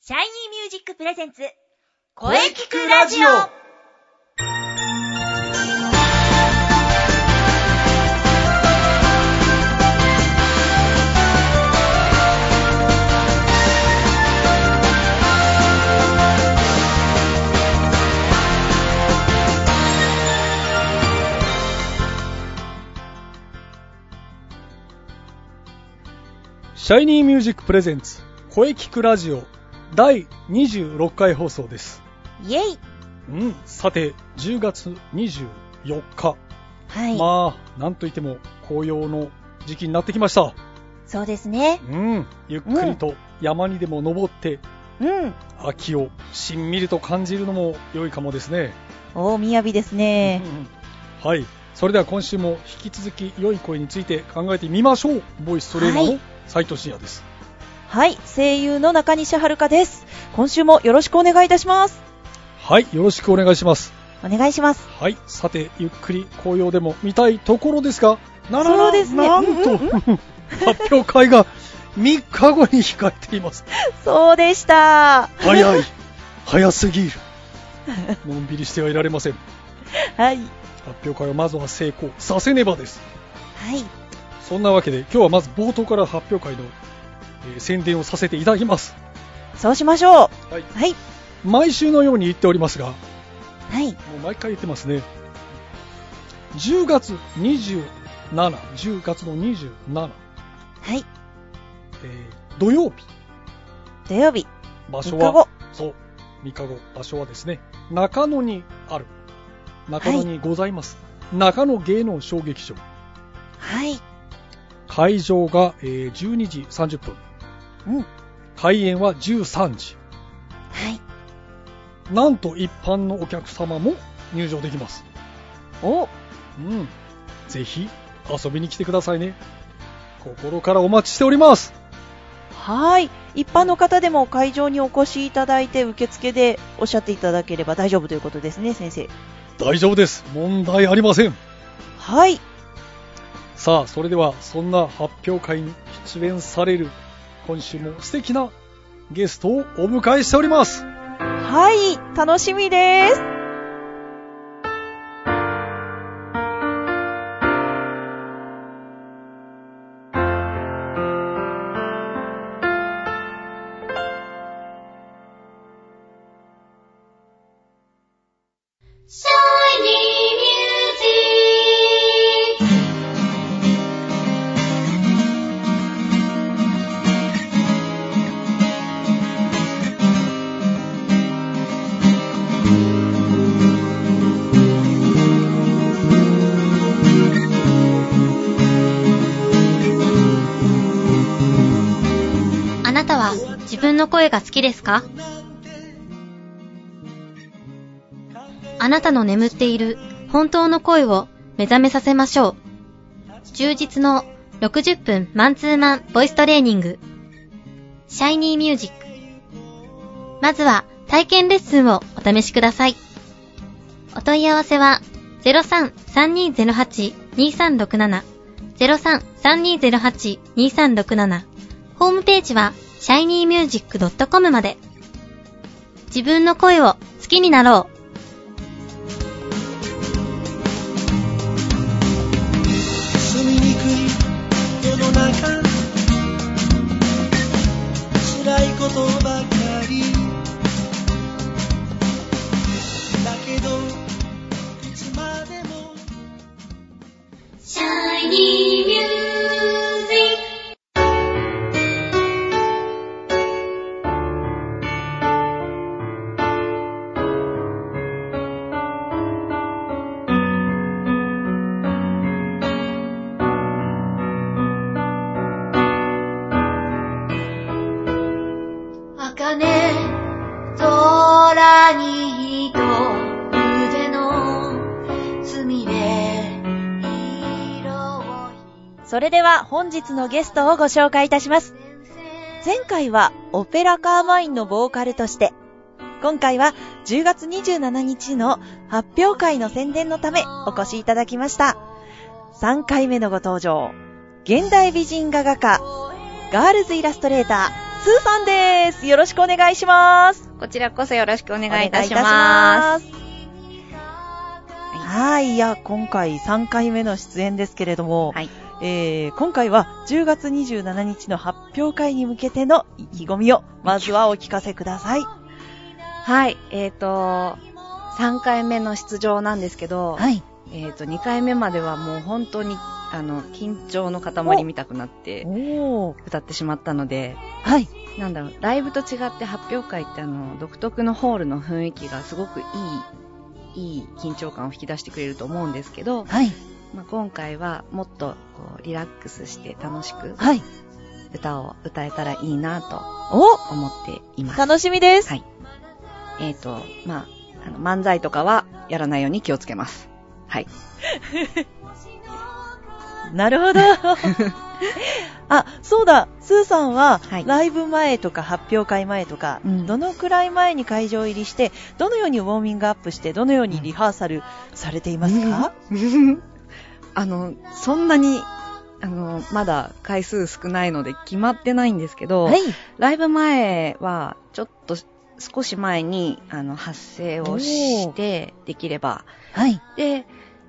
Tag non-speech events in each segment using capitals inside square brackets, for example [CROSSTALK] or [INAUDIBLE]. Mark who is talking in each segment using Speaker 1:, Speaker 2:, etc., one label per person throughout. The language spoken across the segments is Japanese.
Speaker 1: シャイニーミュージックプレゼンツ、
Speaker 2: 声聞くラジオ
Speaker 3: シャイニーミュージックプレゼンツ声聞くラジオ第26回放送です。
Speaker 1: イェイ
Speaker 3: うん、さて、10月24日。
Speaker 1: はい、
Speaker 3: まあ、なんといっても紅葉の時期になってきました。
Speaker 1: そうですね。
Speaker 3: うん、ゆっくりと山にでも登って、
Speaker 1: うん。
Speaker 3: 秋をしんみりと感じるのも良いかもですね。
Speaker 1: おみやびですね
Speaker 3: う。んうんはい、それでは今週も引き続き良い声について考えてみましょう。ボイストレーナー
Speaker 1: は
Speaker 3: の斉藤慎也です。
Speaker 4: はい、声優の中西遥です。今週もよろしくお願いいたします。
Speaker 3: はい、よろしくお願いします。
Speaker 4: お願いします。
Speaker 3: はい、さて、ゆっくり紅葉でも見たいところですが、なら
Speaker 4: そう
Speaker 3: ら、
Speaker 4: ですね
Speaker 3: なんと、 [LAUGHS] 発表会が3日後に控えています。
Speaker 4: そうでした。
Speaker 3: 早い、早
Speaker 4: [LAUGHS]
Speaker 3: すぎる。のんびりしてはいられません。
Speaker 4: はい。
Speaker 3: 発表会をまずは成功させねばです。
Speaker 4: はい。
Speaker 3: そんなわけで、今日はまず冒頭から発表会の、えー宣伝をさせていただきます。
Speaker 4: そうしましょう。
Speaker 3: はい、
Speaker 4: はい。
Speaker 3: 毎週のように言っておりますが、も
Speaker 4: はい。
Speaker 3: う毎回言ってますね。10月27、10月の27、
Speaker 4: はい。
Speaker 3: えー土曜日
Speaker 4: 土曜日、
Speaker 3: 場所
Speaker 4: 3日
Speaker 3: は
Speaker 4: 後。
Speaker 3: そう3日後場所はですね中野にある中野にございます、中野芸能小劇場
Speaker 4: はい。
Speaker 3: 会場が、えー12時30分
Speaker 4: うん。は
Speaker 3: 開演は13時
Speaker 4: い。
Speaker 3: なんと一般のお客様も入場できます
Speaker 4: お、
Speaker 3: うんぜひ遊びに来てくださいね心からお待ちしております
Speaker 4: はい。一般の方でも会場にお越しいただいて、受付でおっしゃっていただければ大丈夫ということですね、先生。
Speaker 3: 大丈夫です問題ありません
Speaker 4: はい。
Speaker 3: さあそれではそんな発表会に出演される今週も素敵なゲストをお迎えしております
Speaker 4: はい。楽しみです。
Speaker 2: シャイニーミュージック
Speaker 5: あなたは自分の声が好きですかあなたの眠っている本当の声を目覚めさせましょう。充実の60分マンツーマンボイストレーニング。シャイニーミュージック。まずは体験レッスンをお試しください。お問い合わせは03-3208-2367 03-3208-2367ホームページは shinymusic.com まで。自分の声を好きになろう。
Speaker 6: 住みにくい世の中辛いことばかりだけどいつまでも
Speaker 2: シャイニーミュージック茜空に一腕のつみれ色を
Speaker 4: それでは本日のゲストをご紹介いたします。前回はオペラカーマインのボーカルとして、今回は10月27日の発表会の宣伝のためお越しいただきました。3回目のご登場、現代美人画画家、ガールズイラストレーター、ツーさんです。よろしくお願いします。
Speaker 7: こちらこそよろしくお願いいたし
Speaker 4: お
Speaker 7: ま
Speaker 4: 願
Speaker 7: す。
Speaker 4: いいたします。はい、いや、今回3回目の出演ですけれども、
Speaker 7: はい
Speaker 4: えー今回は10月27日の発表会に向けての意気込みを、まずはお聞かせください。
Speaker 7: はい、えっ、と、3回目の出場なんですけど、
Speaker 1: はい。
Speaker 7: えっ、と、2回目まではもう本当に、あの、緊張の塊みたくなって
Speaker 4: おー、
Speaker 7: 歌ってしまったので、
Speaker 1: はい。
Speaker 7: なんだろう、ライブと違って発表会ってあの、独特のホールの雰囲気がすごくいい、いい緊張感を引き出してくれると思うんですけど、
Speaker 1: はい。
Speaker 7: まあ、今回はもっとこうリラックスして楽しく
Speaker 1: はい。
Speaker 7: 歌を歌えたらいいなと
Speaker 4: お
Speaker 7: 思っています。
Speaker 4: 楽しみです。
Speaker 7: はいえっ、と、まあ、あの、漫才とかはやらないように気をつけます。 [LAUGHS] はい。
Speaker 4: なるほ
Speaker 7: [LAUGHS]
Speaker 4: ど。あ、そうだ、スーさんは、
Speaker 7: はい
Speaker 4: ライブ前とか発表会前とか、
Speaker 7: うん
Speaker 4: どのくらい前に会場入りして、どのようにウォーミングアップして、どのようにリハーサルされていますか、
Speaker 7: あの、そんなに、あの、まだ回数少ないので決まってないんですけど、
Speaker 1: はい。
Speaker 7: ライブ前は、ちょっと少し前に、あの、発声をして、できれば。
Speaker 1: はい。
Speaker 7: で、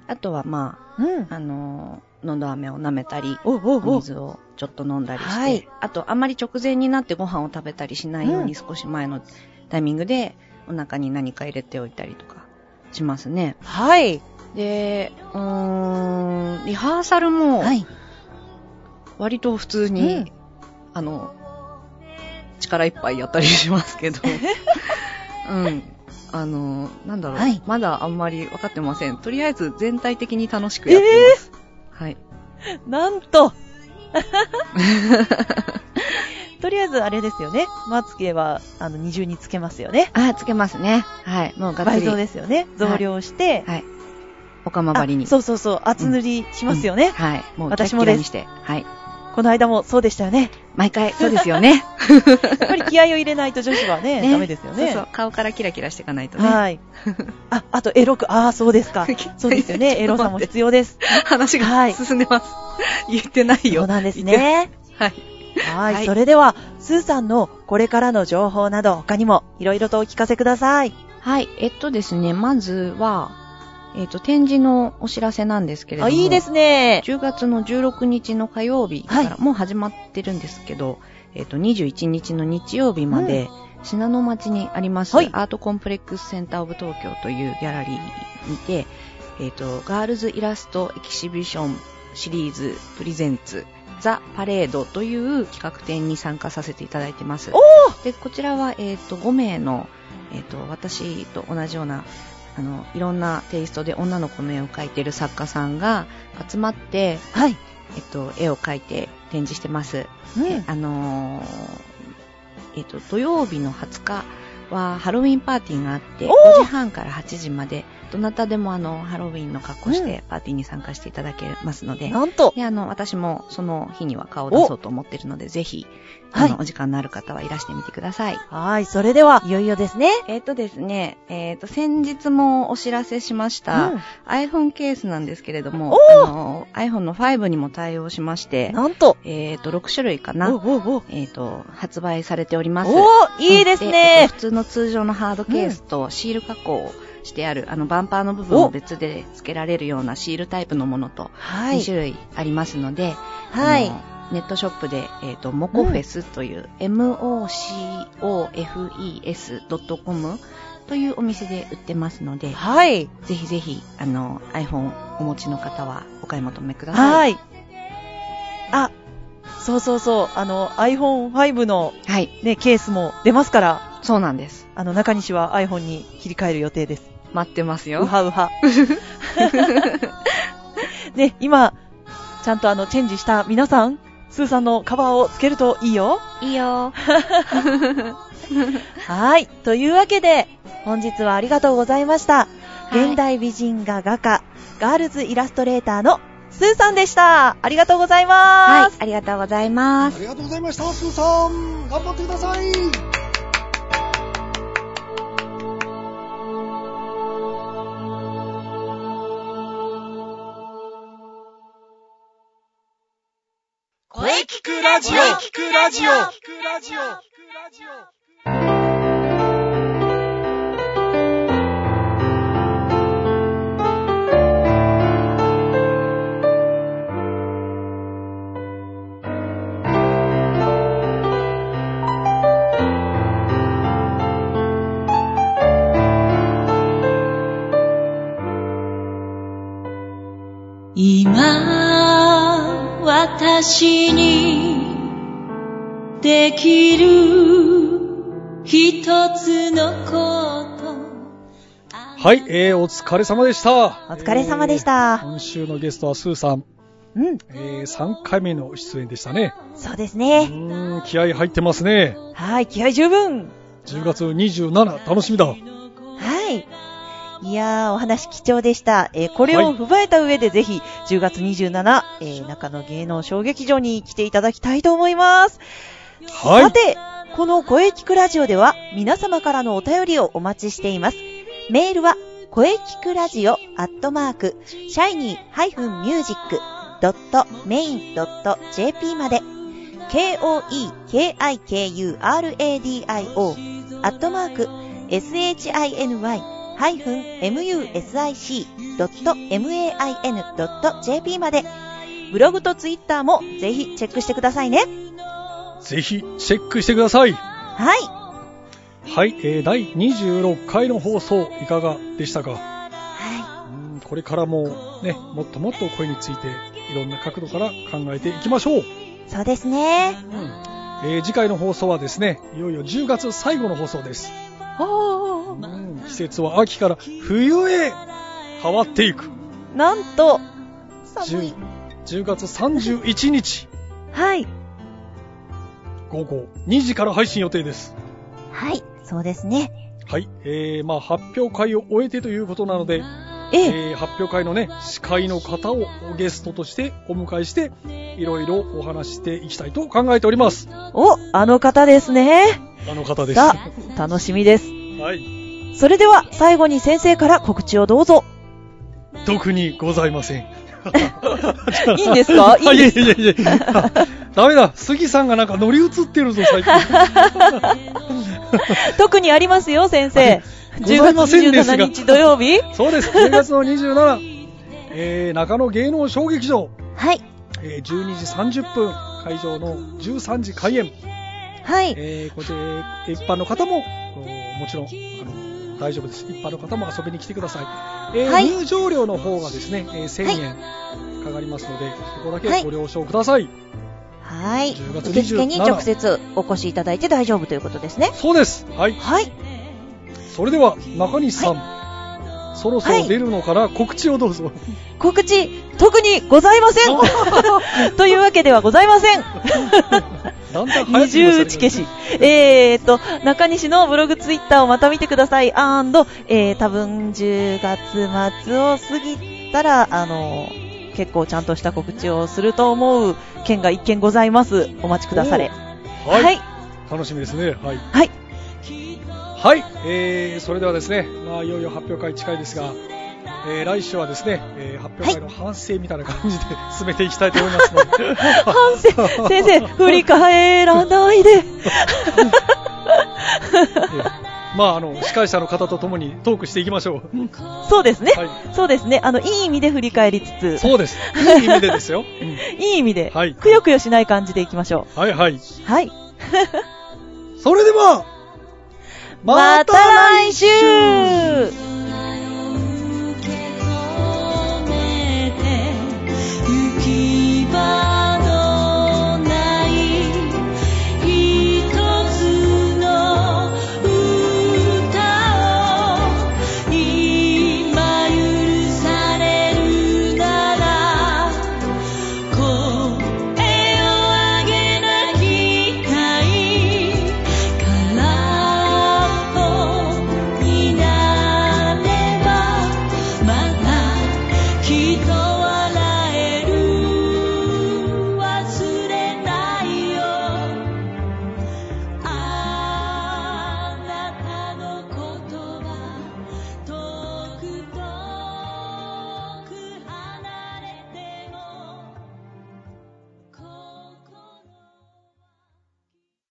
Speaker 7: あとはま
Speaker 4: うん
Speaker 7: あ、。あの、のど飴を舐めたり、
Speaker 4: おうおう
Speaker 7: お
Speaker 4: おう
Speaker 7: 水をちょっと飲んだりして、
Speaker 4: はい
Speaker 7: あとあんまり直前になってご飯を食べたりしないように少し前のタイミングでお腹に何か入れておいたりとかしますね。
Speaker 4: はい。
Speaker 7: で、うーん、リハーサルも
Speaker 1: はい。
Speaker 7: 割と普通に、
Speaker 1: うん
Speaker 7: あの、力いっぱいやったりします
Speaker 4: [LAUGHS]
Speaker 7: けど、うん。あの、なんだろう、
Speaker 1: はい
Speaker 7: まだあんまり分かってません。とりあえず全体的に楽しくやってます。はい。
Speaker 4: なんと。 [LAUGHS] とりあえず、あれですよね。まつげは、あの、二重につけますよね。
Speaker 7: あ、つけますね。はい。もうがっつ
Speaker 4: 倍
Speaker 7: り
Speaker 4: 増、ですよね。増量して、
Speaker 7: おかまばりに
Speaker 4: あ。そうそうそう、厚塗りしますよね。
Speaker 7: はい。もうキラ
Speaker 4: 私
Speaker 7: ッ
Speaker 4: も
Speaker 7: キラ
Speaker 4: です
Speaker 7: にして。はい。
Speaker 4: この間もそうでしたよね。
Speaker 7: 毎回、そうですよね。
Speaker 4: やっぱり気合を入れないと女子は [LAUGHS] ね、
Speaker 7: ね
Speaker 4: ダメですよね。
Speaker 7: そうそう。顔からキラキラしていかないとね。
Speaker 4: はい。あ、あとエロく、ああ、そうですか。そうですよ
Speaker 7: [LAUGHS]
Speaker 4: ね。エロさも必要です。
Speaker 7: 話
Speaker 4: は
Speaker 7: が
Speaker 4: い
Speaker 7: 進んでます。言ってない
Speaker 4: そう
Speaker 7: よ。
Speaker 4: なんですね。
Speaker 7: はい。
Speaker 4: はい、
Speaker 7: はい
Speaker 4: それでは、スーさんのこれからの情報など、他にもいろいろとお聞かせください。
Speaker 7: はい。えっとですね、まずは、えっと、展示のお知らせなんですけれど
Speaker 4: あ、
Speaker 7: も。
Speaker 4: いいですね。
Speaker 7: 10月の16日の火曜日から、もう始まってるんですけど、えっと、21日の日曜日まで、信濃町にあります、
Speaker 4: はい
Speaker 7: アートコンプレックスセンターオブ東京というギャラリーにて、えっと、ガールズイラストエキシビションシリーズプレゼンツザ・パレードという企画展に参加させていただいてます。で、こちらは、えっと、5名の、えっと、私と同じような、あの、いろんなテイストで女の子の絵を描いている作家さんが集まって、
Speaker 1: はい。
Speaker 7: えっと、絵を描いて展示してます。であのーえっと、土曜日の20日はハロウィンパーティーがあって、5時半から8時まで、どなたでもあの、ハロウィンの格好してパーティーに参加していただけますので、
Speaker 4: なんと。
Speaker 7: で、あの、私もその日には顔を出そうと思ってるので、ぜひ、あの、
Speaker 1: は
Speaker 7: お時間のある方はいらしてみてください。
Speaker 4: はい、それでは、
Speaker 1: いよいよですね。
Speaker 7: えっ、とですね、えっ、と、先日もお知らせしました、iPhone ケースなんですけれども、あの、iPhone の5にも対応しまして、
Speaker 4: なんと。
Speaker 7: えっ、と、6種類か
Speaker 4: お
Speaker 7: な、
Speaker 4: おお
Speaker 7: えっ、と、発売されております。
Speaker 4: おいいです
Speaker 7: え
Speaker 4: ね
Speaker 7: っと。普通の通常のハードケースとシール加工をしてある、あの、バンパーの部分を別で付けられるようなシールタイプのものと、
Speaker 4: は
Speaker 7: 2。種類ありますので、
Speaker 4: はい
Speaker 7: あのネットショップで、えっ、と、モコフェスという、mocofes.com というお店で売ってますので、
Speaker 4: はい。
Speaker 7: ぜひぜひ、あの、iPhone お持ちの方はお買い求めくださ。
Speaker 4: はいい。あ、そうそうそう、あの、iPhone5 の
Speaker 7: はい。
Speaker 4: ね、ケースも出ますから、
Speaker 7: そうなんです。
Speaker 4: あの、中西は iPhone に切り替える予定です。
Speaker 7: 待ってます
Speaker 4: う
Speaker 7: よ。
Speaker 4: はう [LAUGHS] は。ね、今、ちゃんとあの、チェンジした皆さん、スーさんのカバーをつけるといいよ。
Speaker 7: いいよ。
Speaker 4: はい。というわけで、本日はありがとうございました。現代美人画画家、ガールズイラストレーターのスーさんでした。ありがとうござい
Speaker 7: は
Speaker 4: ま
Speaker 7: い
Speaker 4: す。。
Speaker 7: ありがとうございます。
Speaker 6: ありがとうございました、スーさん。頑張ってください。
Speaker 2: 声聞く
Speaker 3: くラジオ聞くラジオ
Speaker 7: 今私にできる一つのこと
Speaker 3: はい、えー、お疲れ様でした。
Speaker 4: お疲れ様でした
Speaker 3: えー今週のゲストはスーさん、
Speaker 4: うん、
Speaker 3: えー、3回目の出演でしたね。
Speaker 4: そうです
Speaker 3: う
Speaker 4: ね。
Speaker 3: ーん、気合入ってますね。
Speaker 4: はい、気合十分。
Speaker 3: 10月27、楽しみだ。
Speaker 4: はい。いやー、お話貴重でした。えーこれを踏まえた上で、ぜひ、10月27、えー中野芸能小劇場に来ていただきたいと思います。
Speaker 3: は
Speaker 4: さ
Speaker 3: い。
Speaker 4: て、この声聞くラジオでは、皆様からのお便りをお待ちしています。メールは、声聞くラジオアットマーク、シャイニー -music.main.jp まで、k-o-e-k-i-k-u-r-a-d-i-o アットマーク、shiny-music.main.jp まで、ブログとツイッターもぜひチェックしてくださいね。
Speaker 3: ぜひ、チェックしてください。
Speaker 4: はい。
Speaker 3: はい、えー、第26回の放送、いかがでしたか
Speaker 4: は
Speaker 3: うんこれからも、ね、もっともっと声について、いろんな角度から考えていきましょう。
Speaker 4: い。そうですね。
Speaker 3: えー次回の放送はですねいよいよ10月最後の放送ですうん季節は秋から冬へ変わっていく
Speaker 4: なんと、
Speaker 3: 10, 10月31日
Speaker 4: はい。
Speaker 3: 午後2時から配信予定です
Speaker 4: はい。そうですね。
Speaker 3: はい、えーまあ、発表会を終えてということなので、
Speaker 4: ええ。
Speaker 3: えー発表会のね司会の方をゲストとしてお迎えしていろいろお話していきたいと考えております
Speaker 4: お、あの方ですね。
Speaker 3: あの方です
Speaker 4: さ
Speaker 3: は
Speaker 4: あ、楽しみです。
Speaker 3: い
Speaker 4: それでは、最後に先生から告知をどうぞ。
Speaker 3: 特にございません
Speaker 4: [LAUGHS] いいんですかいいん
Speaker 3: [LAUGHS] あい
Speaker 4: で
Speaker 3: や
Speaker 4: す
Speaker 3: いやいやいや。 [LAUGHS] ダメだ。杉さんがなんか乗り移ってるぞ、
Speaker 4: [LAUGHS]
Speaker 3: 最近。
Speaker 4: 特にありますよ、先生。
Speaker 3: ご
Speaker 4: 10
Speaker 3: ざいま
Speaker 4: 月
Speaker 3: せんですが
Speaker 4: 27日土曜日。
Speaker 3: そうです。10月の27、えー、中野芸能小劇場、
Speaker 4: はい。
Speaker 3: えー、12時30分、会場の13時開演。
Speaker 4: はい。
Speaker 3: えー、こちら、えー一般の方も、おもちろん、あの、大丈夫です。一般の方も遊びに来てください。えー
Speaker 4: はい
Speaker 3: 入場料の方がですね、えー1000円かかりますので、そこだけご了承ください。
Speaker 4: はい
Speaker 3: 10。月27
Speaker 4: 受付に直接お越しいただいて大丈夫ということですね。
Speaker 3: そうです。はい。
Speaker 4: はい。
Speaker 3: それでは、中西さん、そろそろ出るのから告知をどうぞ。
Speaker 4: 告知、特にございません [LAUGHS] というわけではございません
Speaker 3: だんだん
Speaker 4: [LAUGHS] 二
Speaker 3: 早く
Speaker 4: 重打ち消し。えーと、中西のブログツイッターをまた見てください。アンド、えー、多分10月末を過ぎたら、あの、結構ちゃんとした告知をすると思う件が一件ございます。お待ちくだされ。
Speaker 3: はい、
Speaker 4: はい。
Speaker 3: 楽しみですね。はい。
Speaker 4: はい。
Speaker 3: はい。えー、それではですね、まあ、いよいよ発表会近いですが、えー、来週はですね、えー、発表会の反省みたいな感じで進めていきたいと思いますので、
Speaker 4: 反省、先生、振り返らないで。
Speaker 3: え [LAUGHS] ーまあ、あの、司会者の方と共にトークしていきましょう。
Speaker 4: そうですね。
Speaker 3: は
Speaker 4: そうですね。あの、いい意味で振り返りつ
Speaker 3: い。
Speaker 4: つ、
Speaker 3: そうです。いい意味でですよ。うん
Speaker 4: いい意味で、
Speaker 3: はい
Speaker 4: くよくよしない感じでいきましょ
Speaker 3: はいはい。
Speaker 4: う。はい。
Speaker 3: それでは、
Speaker 4: また来週